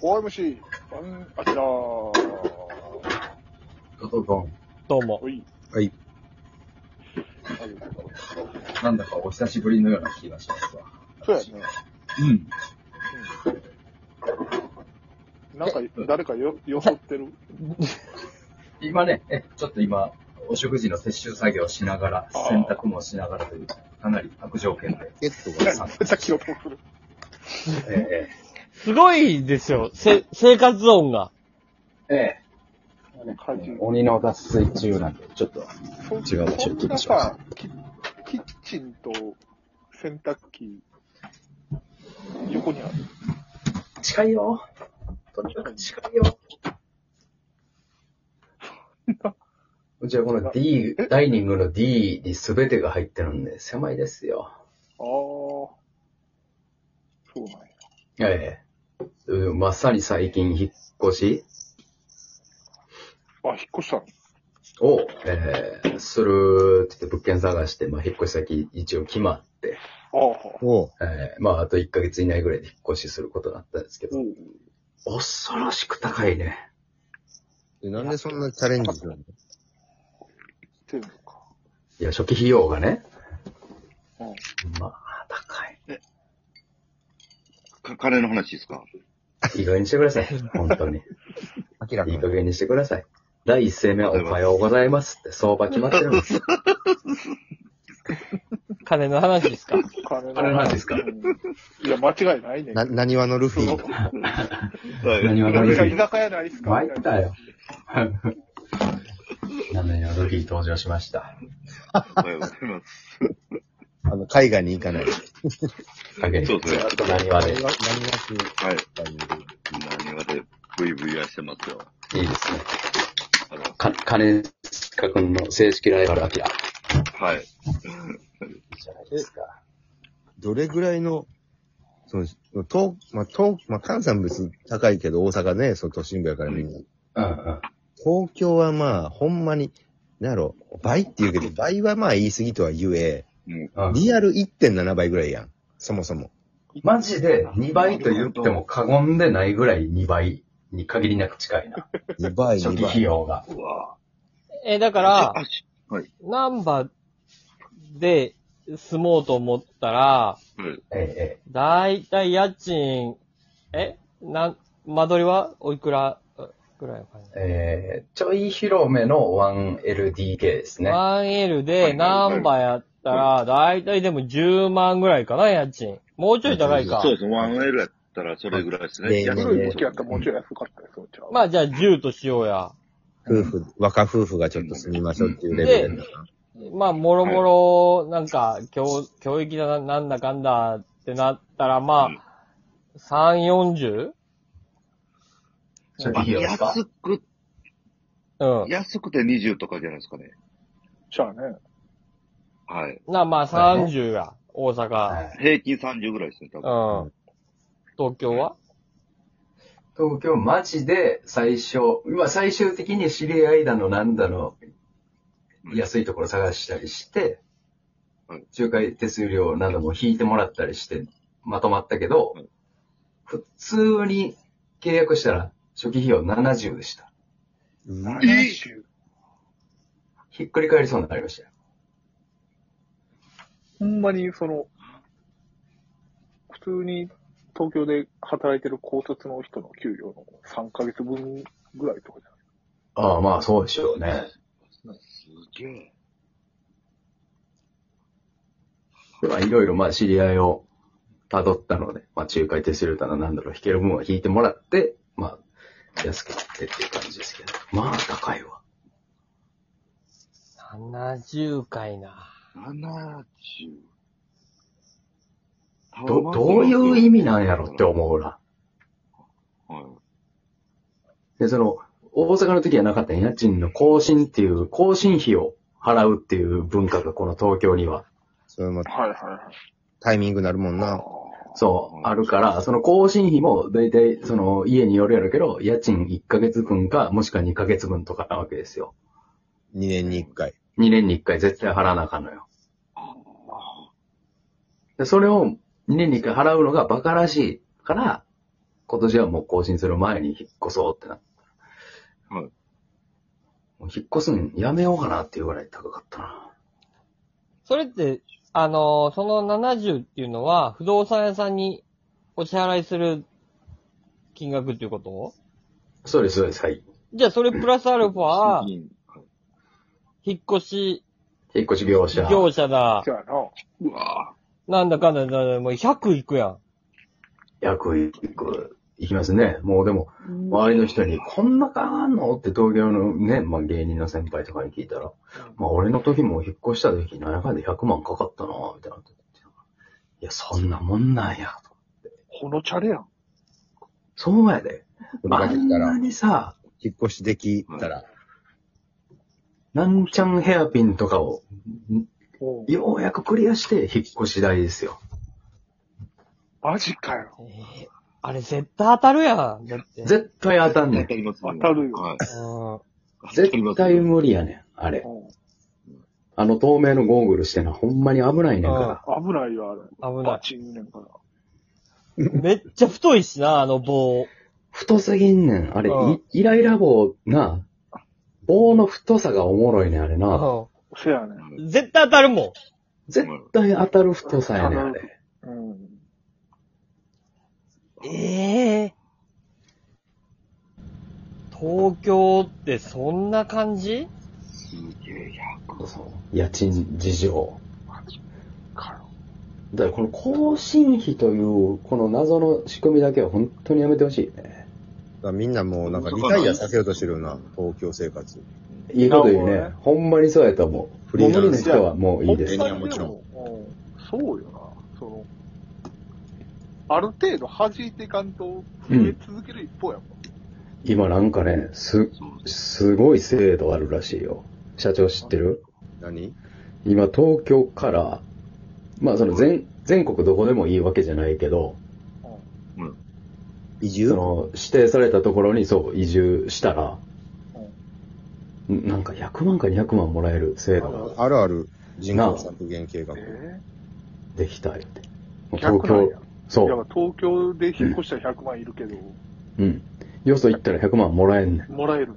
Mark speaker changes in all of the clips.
Speaker 1: OMC、ワンアキラー。
Speaker 2: ドドドン。
Speaker 3: どうも。
Speaker 1: おい。
Speaker 2: はい。
Speaker 1: はい
Speaker 2: なんだかお久しぶりのような気がしますわ。
Speaker 1: そうやね。
Speaker 2: うん。
Speaker 1: なんか、誰かよ、よそってる。
Speaker 2: 今ね、え、ちょっと今、お食事の接種作業をしながら、
Speaker 1: あー
Speaker 2: 洗濯もしながらという、かなり悪条件で。
Speaker 4: ゲット
Speaker 1: め
Speaker 4: が
Speaker 1: っ
Speaker 4: さ、
Speaker 1: ちゃ気を取る。
Speaker 2: え
Speaker 3: すごいですよ。せ、生活音が。
Speaker 2: えええ
Speaker 1: 感じ。
Speaker 5: 鬼の脱水中なんで、ちょっと。
Speaker 1: そ
Speaker 5: 違う場所行きましょう
Speaker 1: そんなさキキッチンと洗濯機、横にある。
Speaker 2: 近いよ。とにかく近い よ。うちはこの D、ダイニングの D に全てが入ってるんで、狭いですよ。
Speaker 1: ああ。そうなんや。
Speaker 2: ええうんまさに最近引っ越し
Speaker 1: あ、引っ越したの
Speaker 2: を、ええするって言って物件探して、まあ、引っ越し先一応決まって、
Speaker 1: ああ。
Speaker 4: おう
Speaker 2: ええまあ、あと1ヶ月以内ぐらいで引っ越しすることになったんですけ
Speaker 1: お
Speaker 2: ど、
Speaker 1: う
Speaker 2: 恐ろしく高いね。
Speaker 4: でなんでそんなチャレンジするの
Speaker 1: てるのか。
Speaker 2: いや、初期費用がね、
Speaker 1: うん。
Speaker 2: まあ、高い。
Speaker 6: か、金の話ですか
Speaker 2: いい加減にしてください。本当に。
Speaker 4: 明らか
Speaker 2: いい
Speaker 4: に
Speaker 2: 加。減にしてください。第一声目はおはようございますって相場決まって るんですよ。
Speaker 3: 金の話ですか。
Speaker 1: 金
Speaker 2: 金の話ですか
Speaker 1: うんいや、間違いないね。
Speaker 4: な、何話のルフ
Speaker 1: その
Speaker 4: ィ。
Speaker 6: はい
Speaker 2: 何
Speaker 1: な
Speaker 2: わか
Speaker 1: ん
Speaker 2: る
Speaker 1: か居酒屋ないっすか
Speaker 2: 参ったよ。 なのにルフィ登場しました。
Speaker 6: おはようございます。
Speaker 4: あの、海外に行かない。
Speaker 2: 陰にず
Speaker 6: そうですね
Speaker 2: っと何話で。
Speaker 4: 何話す
Speaker 6: はい。
Speaker 4: タイミング
Speaker 6: 何がで、ブイブイはしてますよ。
Speaker 2: いいですね。
Speaker 6: あの
Speaker 2: か、金塚くんの正式ライバル、アキラ。い
Speaker 6: はい。
Speaker 2: いじゃないですか。
Speaker 4: どれぐらいの、その、東、まあ、東、まあ、関西も別に高いけど、大阪ね、その都心部やからみんな。
Speaker 2: うんうん。
Speaker 4: 東京はまあ、ほんまに、なんやろ、倍って言うけど、倍はまあ言い過ぎとは言
Speaker 2: う
Speaker 4: え、
Speaker 2: ん
Speaker 4: リアル1.7倍ぐらいやん。そもそも。
Speaker 2: マジで2倍と言っても過言でないぐらい2倍に限りなく近いな。
Speaker 4: 2倍、
Speaker 2: 初
Speaker 4: 2
Speaker 2: 期費
Speaker 4: 倍。
Speaker 2: 用が。
Speaker 6: うわ
Speaker 3: え、だか
Speaker 6: あ
Speaker 3: ら、
Speaker 6: あ、し、
Speaker 3: ナンバで住もうと思ったら、
Speaker 6: うん。
Speaker 2: ええ、
Speaker 3: だいたい家賃、えなん、間取りはおいくらあぐらいの感じ
Speaker 2: ええ、ええちょい広めの 1LDK ですね。
Speaker 3: 1L
Speaker 6: は
Speaker 3: で
Speaker 6: いは
Speaker 3: ナ
Speaker 6: い
Speaker 3: ンバやったら、だいたいでも10万ぐらいかな、家賃。もうちょい高いか
Speaker 6: そう。ですね。1L やったらそれぐらいです
Speaker 4: で
Speaker 6: ね。
Speaker 1: 安い
Speaker 6: 安い
Speaker 1: 時やったらもうちょい安かったよ、そうちゃう。
Speaker 3: まあじゃあ10としようや。
Speaker 4: 夫婦、若夫婦がちょっと住みましょうっていうレベルだな。
Speaker 3: まあ、もろもろ、なんか、教、教育だな、なんだかんだってなったら、ま
Speaker 6: うん
Speaker 3: あ、3、40?
Speaker 2: 初期費用ですか
Speaker 6: 安く、
Speaker 3: うん。
Speaker 6: 安くて20とかじゃないですかね。
Speaker 1: じゃあね。
Speaker 6: はい。
Speaker 3: な、まあ、30や、大
Speaker 2: は
Speaker 3: 阪。
Speaker 2: い
Speaker 6: 平均30ぐらいですね、多分。
Speaker 3: うん。東京は
Speaker 2: 東京マジで最初、今最終的に知り合いだのなんだの安いところ探したりして
Speaker 6: はい、
Speaker 2: 仲介手数料なども引いてもらったりしてまとまったけど
Speaker 6: はい、
Speaker 2: 普通に契約したら初期費用70でした。
Speaker 4: うわ
Speaker 1: 70
Speaker 2: ひっくり返りそうになりましたよ。
Speaker 1: ほんまに、その、普通に東京で働いてる高卒の人の給料の3ヶ月分ぐらいとかじゃ
Speaker 2: ああ、まあそうでしょうね。
Speaker 6: すげえ。
Speaker 2: まあいろいろまあ知り合いを辿ったので、まあ仲介手数料だのなんだろう引ける分は引いてもらって、まあ安く切ってっていう感じですけど、まあ高いわ。
Speaker 3: 70回な。
Speaker 6: 70。
Speaker 2: ど、どういう意味なんやろって思うな。
Speaker 6: はい。
Speaker 2: で、その、大阪の時はなかったね家賃の更新っていう、更新費を払うっていう文化がこの東京には、
Speaker 4: それも
Speaker 1: ない。はいはいはい。
Speaker 4: タイミングなるもんな。
Speaker 2: そう、
Speaker 6: あ
Speaker 2: あるから、その更新費も大体、その、家によるやろうけど、家賃1ヶ月分か、もしくは2ヶ月分とかなわけですよ。
Speaker 4: 2年に1回。
Speaker 2: 2年に1回絶対払わなあかんのよ。でそれを2年に1回払うのがバカらしいから、今年はもう更新する前に引っ越そうってなった。
Speaker 6: はい
Speaker 2: もう引っ越すんやめようかなっていうぐらい高かったな。
Speaker 3: それって、あのーその70っていうのは、不動産屋さんにお支払いする金額っていうこと
Speaker 2: そうです、そうです。はい。
Speaker 3: じゃあ、それプラスアルファは、
Speaker 6: 新品はい
Speaker 3: 引っ越し
Speaker 2: 引っ越し業者。
Speaker 3: 業者だ
Speaker 1: じ。ゃあな。
Speaker 6: うわ
Speaker 3: なんだかんだ、だもう100いくやん。
Speaker 2: 約行く、行きますね。もうでも、周りの人に、こんなかあんのって東京のね、まあ芸人の先輩とかに聞いたら、まあ俺の時も引っ越した時、なんやかんで100万かかったなぁみたいなこと言ってたからいや、そんなもんなんや、と。
Speaker 1: このチャレやん。
Speaker 2: そうやで。
Speaker 4: これ
Speaker 2: あ
Speaker 4: だけ
Speaker 2: ん
Speaker 4: 来たら
Speaker 2: な、にさ、
Speaker 4: 引っ越しできたら、
Speaker 2: なんちゃんヘアピンとかを、ん
Speaker 1: おう
Speaker 2: ようやくクリアして引っ越し代ですよ。
Speaker 1: マジかよ。
Speaker 3: えーあれ絶対当たるやん。だって。
Speaker 2: 絶対当たん
Speaker 6: ー
Speaker 2: ね
Speaker 6: 当
Speaker 2: ん
Speaker 6: た。りますね
Speaker 1: 当たるよ
Speaker 6: はい。
Speaker 3: うん
Speaker 6: 当たりま
Speaker 2: 絶
Speaker 6: すね
Speaker 2: 対無理やねん、あれ。
Speaker 1: おう
Speaker 2: あの透明のゴーグルしてな、ほんまに危ないねんから。
Speaker 1: 危ないよ、あれ。
Speaker 3: 危
Speaker 1: バ
Speaker 3: な
Speaker 1: チンねんから。
Speaker 3: い。めっちゃ太いしな、あの棒。
Speaker 2: 太すぎんねん。あれ、
Speaker 3: うん
Speaker 2: いイライラ棒な、棒の太さがおもろいねん、あれな。
Speaker 3: う
Speaker 1: せやねん。
Speaker 3: ん絶対当たるもん。
Speaker 2: 絶対当たる太さやねん、あれ。
Speaker 1: うん。
Speaker 3: ええ東京ってそんな感じ
Speaker 6: すげえ、
Speaker 2: そう。家賃事情。
Speaker 6: 100から。
Speaker 2: だからこの更新費という、この謎の仕組みだけは本当にやめてほしいね。
Speaker 4: だからみんなもうなんかリタイアさせようとしてるよな、東京生活。
Speaker 2: いいこと
Speaker 1: なるほ
Speaker 2: 言う
Speaker 1: ど
Speaker 2: ね
Speaker 1: ね。
Speaker 2: ほんまにそうやと思う。
Speaker 4: フ
Speaker 2: フ
Speaker 4: リ
Speaker 2: リ
Speaker 4: ー
Speaker 2: ー
Speaker 4: ラ
Speaker 2: ラ
Speaker 4: ン
Speaker 2: ン
Speaker 4: ス
Speaker 2: スの人はもういいです
Speaker 4: 本。当にはもちろん
Speaker 1: うん。そうよな。その、ある程度弾いていかんと、増え続ける一方やもん。
Speaker 2: 今なんかね、す、
Speaker 6: そうです。
Speaker 2: すごい制度あるらしいよ。社長知ってる
Speaker 4: 何
Speaker 2: 今東京から、まあその全、全国どこでもいいわけじゃないけど、そ
Speaker 4: 移住
Speaker 2: の指定されたところにそう移住したら、んなんか100万か200万もらえる制度が
Speaker 4: あるある人口削減計画。
Speaker 1: え
Speaker 2: できたりって。
Speaker 1: え
Speaker 2: もう
Speaker 1: 100なんや。
Speaker 2: そ
Speaker 1: いや
Speaker 2: う。
Speaker 1: 東京で引っ越したら100万いるけど、
Speaker 2: うん。よそ行ったら100万もらえんね
Speaker 1: もらえるんや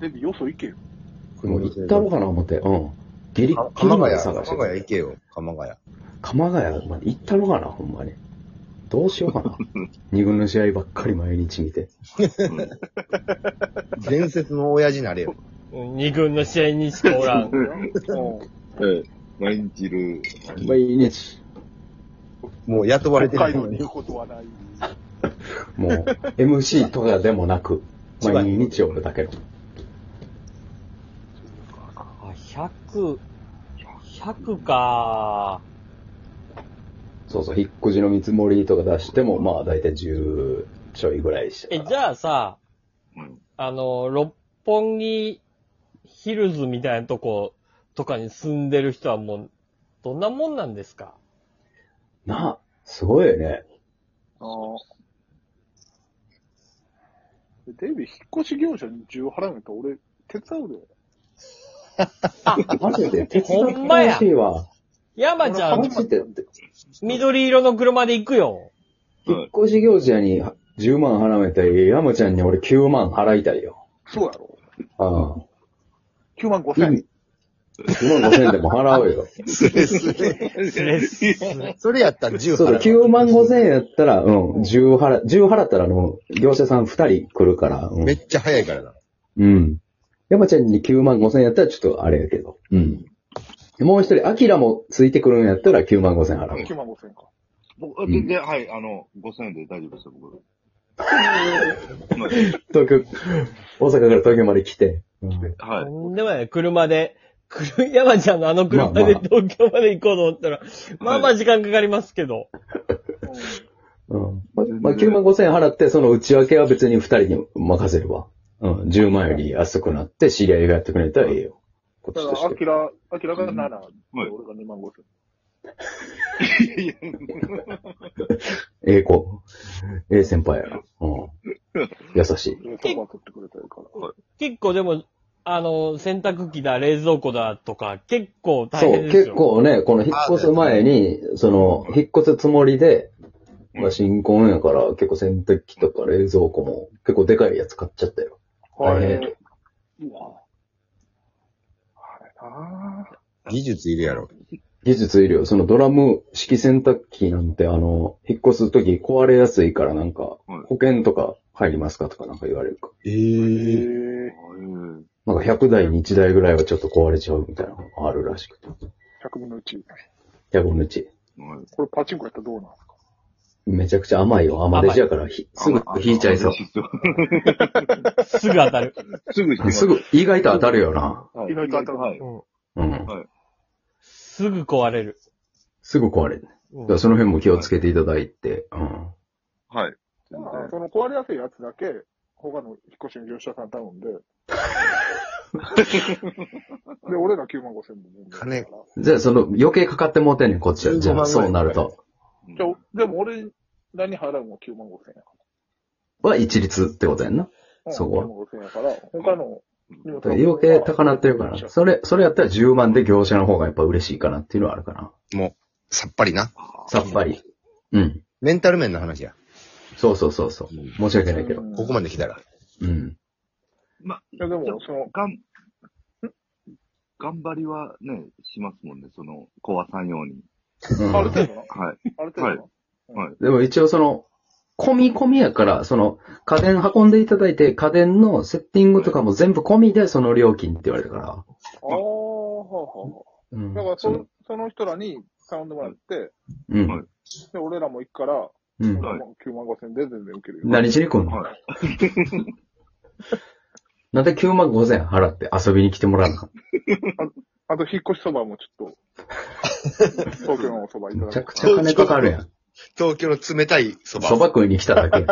Speaker 1: でもよそ行けよ。
Speaker 2: ん。もう行ったろうかな思って、うん。ギリ
Speaker 4: か
Speaker 2: ギリ
Speaker 4: 鎌
Speaker 2: ま
Speaker 4: ヶ
Speaker 2: で
Speaker 4: 谷、
Speaker 2: 探
Speaker 4: 鎌
Speaker 2: して
Speaker 4: ヶ谷行けよ、鎌ヶ谷。
Speaker 2: 鎌ヶ谷まで行ったのかな、ほんまに。どうしようか な。二軍の試合ばっかり毎日見て。
Speaker 6: うん
Speaker 4: 伝説の親父なれよ。
Speaker 3: うん二軍の試合にしか おらん。
Speaker 1: うん
Speaker 6: はい。毎日いる。
Speaker 2: 毎日。
Speaker 4: もう雇われて
Speaker 1: 北
Speaker 4: る
Speaker 1: 海道に行くことはない。
Speaker 2: もう、MC とかでもなく、
Speaker 4: 違う
Speaker 2: 毎日俺だけど。
Speaker 3: あ、100、100か
Speaker 2: そうそう、引っ越しの見積もりとか出しても、まあ大体10ちょいぐらいして。
Speaker 3: え、じゃあさ、
Speaker 6: うん
Speaker 3: あの、六本木ヒルズみたいなとこ、とかに住んでる人はもう、どんなもんなんですか
Speaker 2: なあ、すごいよね。
Speaker 1: あデイビー、引っ越し業者に10払うんやったら俺、手伝うで。
Speaker 2: マジで、手
Speaker 3: ほ
Speaker 2: 伝
Speaker 3: んま
Speaker 2: って
Speaker 3: や
Speaker 2: ほしいわ。
Speaker 3: 山ちゃ
Speaker 2: マ
Speaker 3: ん、
Speaker 2: ジで、
Speaker 3: 緑色の車で行くよ。
Speaker 2: 引っ越し業者に10万払めたり、山ちゃんに俺9万払いたいよ。
Speaker 1: そうやろ。
Speaker 2: ああ。
Speaker 1: 9万5
Speaker 2: 意
Speaker 1: 千円
Speaker 2: 味。9万5千でも払 うよ。
Speaker 3: スレスレ。
Speaker 4: それやったら10
Speaker 2: そうだ、9万5千円やったら、うん、10払、10払ったら、あの、業者さん2人来るから、うん
Speaker 4: めっちゃ早いからな。
Speaker 2: うん。山ちゃんに9万5千やったらちょっとあれやけど。うん。もう一人、アキラもついてくるんやったら9万5千払う。
Speaker 1: 9万5千円か。
Speaker 6: 僕、あ全然、はい、あの、5000円で大丈夫ですよ、僕。はい
Speaker 2: 東京、大阪から東京まで来て。うん
Speaker 6: は
Speaker 3: と
Speaker 6: い。
Speaker 3: んでもない。車で、くる山ちゃんのあの車
Speaker 2: まあま
Speaker 3: で
Speaker 2: あ
Speaker 3: 東京まで行こうと思ったら、まあまあ時間かかりますけど。
Speaker 2: うん。ま、まあ、9万5千払って、その内訳は別に2人に任せるわ。うん。10万より安くなって、知り合いがやってくれたらええよ。こっ
Speaker 1: だ
Speaker 2: ち
Speaker 1: から、
Speaker 2: とし
Speaker 1: ア
Speaker 2: て。
Speaker 1: キラ、アキラが7、
Speaker 6: うんは
Speaker 1: 俺
Speaker 6: い
Speaker 1: が2万5千
Speaker 6: いや
Speaker 2: ええ子。ええ先輩やな。うん。優しい。
Speaker 1: 円。冷凍庫は取ってくれたから。
Speaker 3: 結構でも、あの、洗濯機だ、冷蔵庫だとか、結構大
Speaker 2: そ
Speaker 3: 変
Speaker 2: う、
Speaker 3: ですよ。
Speaker 2: 結構ね、この引っ越す前に、その、引っ越すつもりで、まあ、新婚やから、結構洗濯機とか冷蔵庫も、結構でかいやつ買っちゃったよ。
Speaker 1: あれ
Speaker 2: 大変、
Speaker 1: うわ。あれなぁ。
Speaker 4: 技術いるやろ。
Speaker 2: 技術いるよ。そのドラム式洗濯機なんて、あの、引っ越すとき壊れやすいから、なんか
Speaker 6: はい、
Speaker 2: 保険とか入りますかとかなんか言われるか。
Speaker 4: ええ
Speaker 1: え
Speaker 4: ー。
Speaker 1: ー、
Speaker 2: なんか100台に1台ぐらいはちょっと壊れちゃうみたいなのがあるらしくて。
Speaker 1: 100分の1。
Speaker 2: 100分の1。
Speaker 6: はい。
Speaker 1: これパチンコやったらどうなんですか
Speaker 2: めちゃくちゃ甘いよ。甘デジやからひ、すぐ引いちゃいそう。
Speaker 3: すぐ当たる。
Speaker 6: すぐ引きますす。
Speaker 2: ぐ、意外と当たるよな。
Speaker 6: はい
Speaker 1: 意外と当たる
Speaker 6: はい。
Speaker 3: うん。
Speaker 2: うん。
Speaker 3: すぐ壊れる。
Speaker 2: すぐ壊れる。
Speaker 3: うん
Speaker 2: だからその辺も気をつけていただいて、うん。
Speaker 6: はい。
Speaker 1: じゃあ、その壊れやすいやつだけ、他の引っ越しの業者さん頼 んで。で、俺ら9万5千も。
Speaker 4: 金
Speaker 1: じ
Speaker 2: じゃあ、その、余計かかってもうてんねん、こっちは。
Speaker 4: 15
Speaker 2: じゃあ、
Speaker 4: 万
Speaker 2: そうなると。
Speaker 6: うん
Speaker 1: ゃあ、でも俺らに払うのも9万5千やか
Speaker 2: は一律ってことやんな。
Speaker 1: ら。
Speaker 2: そこは
Speaker 1: 9万5千やから、他の荷物
Speaker 2: だから余計高なってるから。それ、それやったら10万で業者の方がやっぱ嬉しいかなっていうのはあるかな。
Speaker 4: さっぱりな。
Speaker 2: さっぱり。うん。
Speaker 4: メンタル面の話や。
Speaker 2: そうそうそうそう。
Speaker 4: うん
Speaker 2: 申し訳ないけど。
Speaker 1: うん
Speaker 4: ここまで来たら。
Speaker 2: うん。
Speaker 6: まあ、
Speaker 1: いや、でも、その、
Speaker 6: がん、頑張りはね、しますもんね、その、壊さんように。
Speaker 2: うん
Speaker 1: ある程度な。
Speaker 6: はい。
Speaker 1: ある程度な。
Speaker 2: でも一応その、込み込みやから、その、家電運んでいただいて、家電のセッティングとかも全部込みでその料金って言われたから。
Speaker 1: ああ、はあは
Speaker 2: うん
Speaker 1: あ。だから
Speaker 2: そ
Speaker 1: そ
Speaker 2: の、
Speaker 1: その人らに頼んでもらって、
Speaker 2: うん。
Speaker 1: で、俺らも行くから、
Speaker 2: うん。
Speaker 1: 俺らも9万5千で全然受けるよ。
Speaker 2: 何しに来んの
Speaker 6: は
Speaker 2: なんで9万5千払って遊びに来てもらうの
Speaker 1: あと、引っ越しそばもちょっと、東京のおそばいた
Speaker 2: め
Speaker 1: だ
Speaker 2: ちゃ
Speaker 1: く。
Speaker 2: くちゃ金かかるやん。
Speaker 4: 東京の冷たいそば。
Speaker 2: 蕎麦食いに来ただけ。